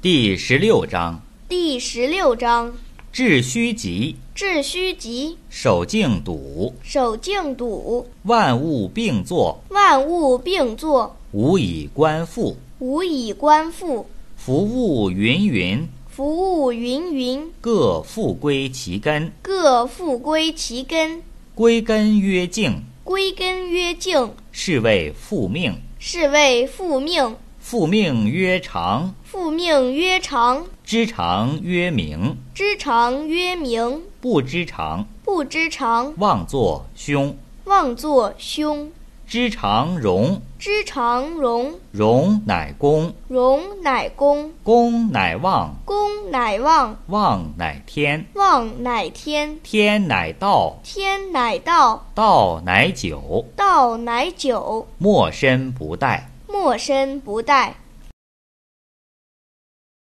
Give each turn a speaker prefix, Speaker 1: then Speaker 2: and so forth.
Speaker 1: 第十六章：
Speaker 2: 第十六章：
Speaker 1: 致虚极，
Speaker 2: 致虚极，
Speaker 1: 守静笃，
Speaker 2: 守静笃，
Speaker 1: 万物并作，
Speaker 2: 万物并作，
Speaker 1: 无以观复。
Speaker 2: 无以观复。
Speaker 1: 夫物云云，
Speaker 2: 服务云云，
Speaker 1: 各复归其根。
Speaker 2: 各复归其根。
Speaker 1: 归根曰静，
Speaker 2: 归根曰静，
Speaker 1: 是谓复命。
Speaker 2: 是谓复命。
Speaker 1: 复命曰常，
Speaker 2: 复命曰常，
Speaker 1: 知常曰明，
Speaker 2: 知常曰明。
Speaker 1: 不知常，
Speaker 2: 不知常，
Speaker 1: 妄作凶。
Speaker 2: 妄作凶。
Speaker 1: 知常容，
Speaker 2: 知常容，
Speaker 1: 容乃公，
Speaker 2: 容乃公，
Speaker 1: 公乃望，
Speaker 2: 公乃望，
Speaker 1: 望乃天，
Speaker 2: 望乃天，
Speaker 1: 天乃道，
Speaker 2: 天乃道，
Speaker 1: 道乃久，
Speaker 2: 道乃久，
Speaker 1: 莫身不殆。
Speaker 2: 莫身不殆。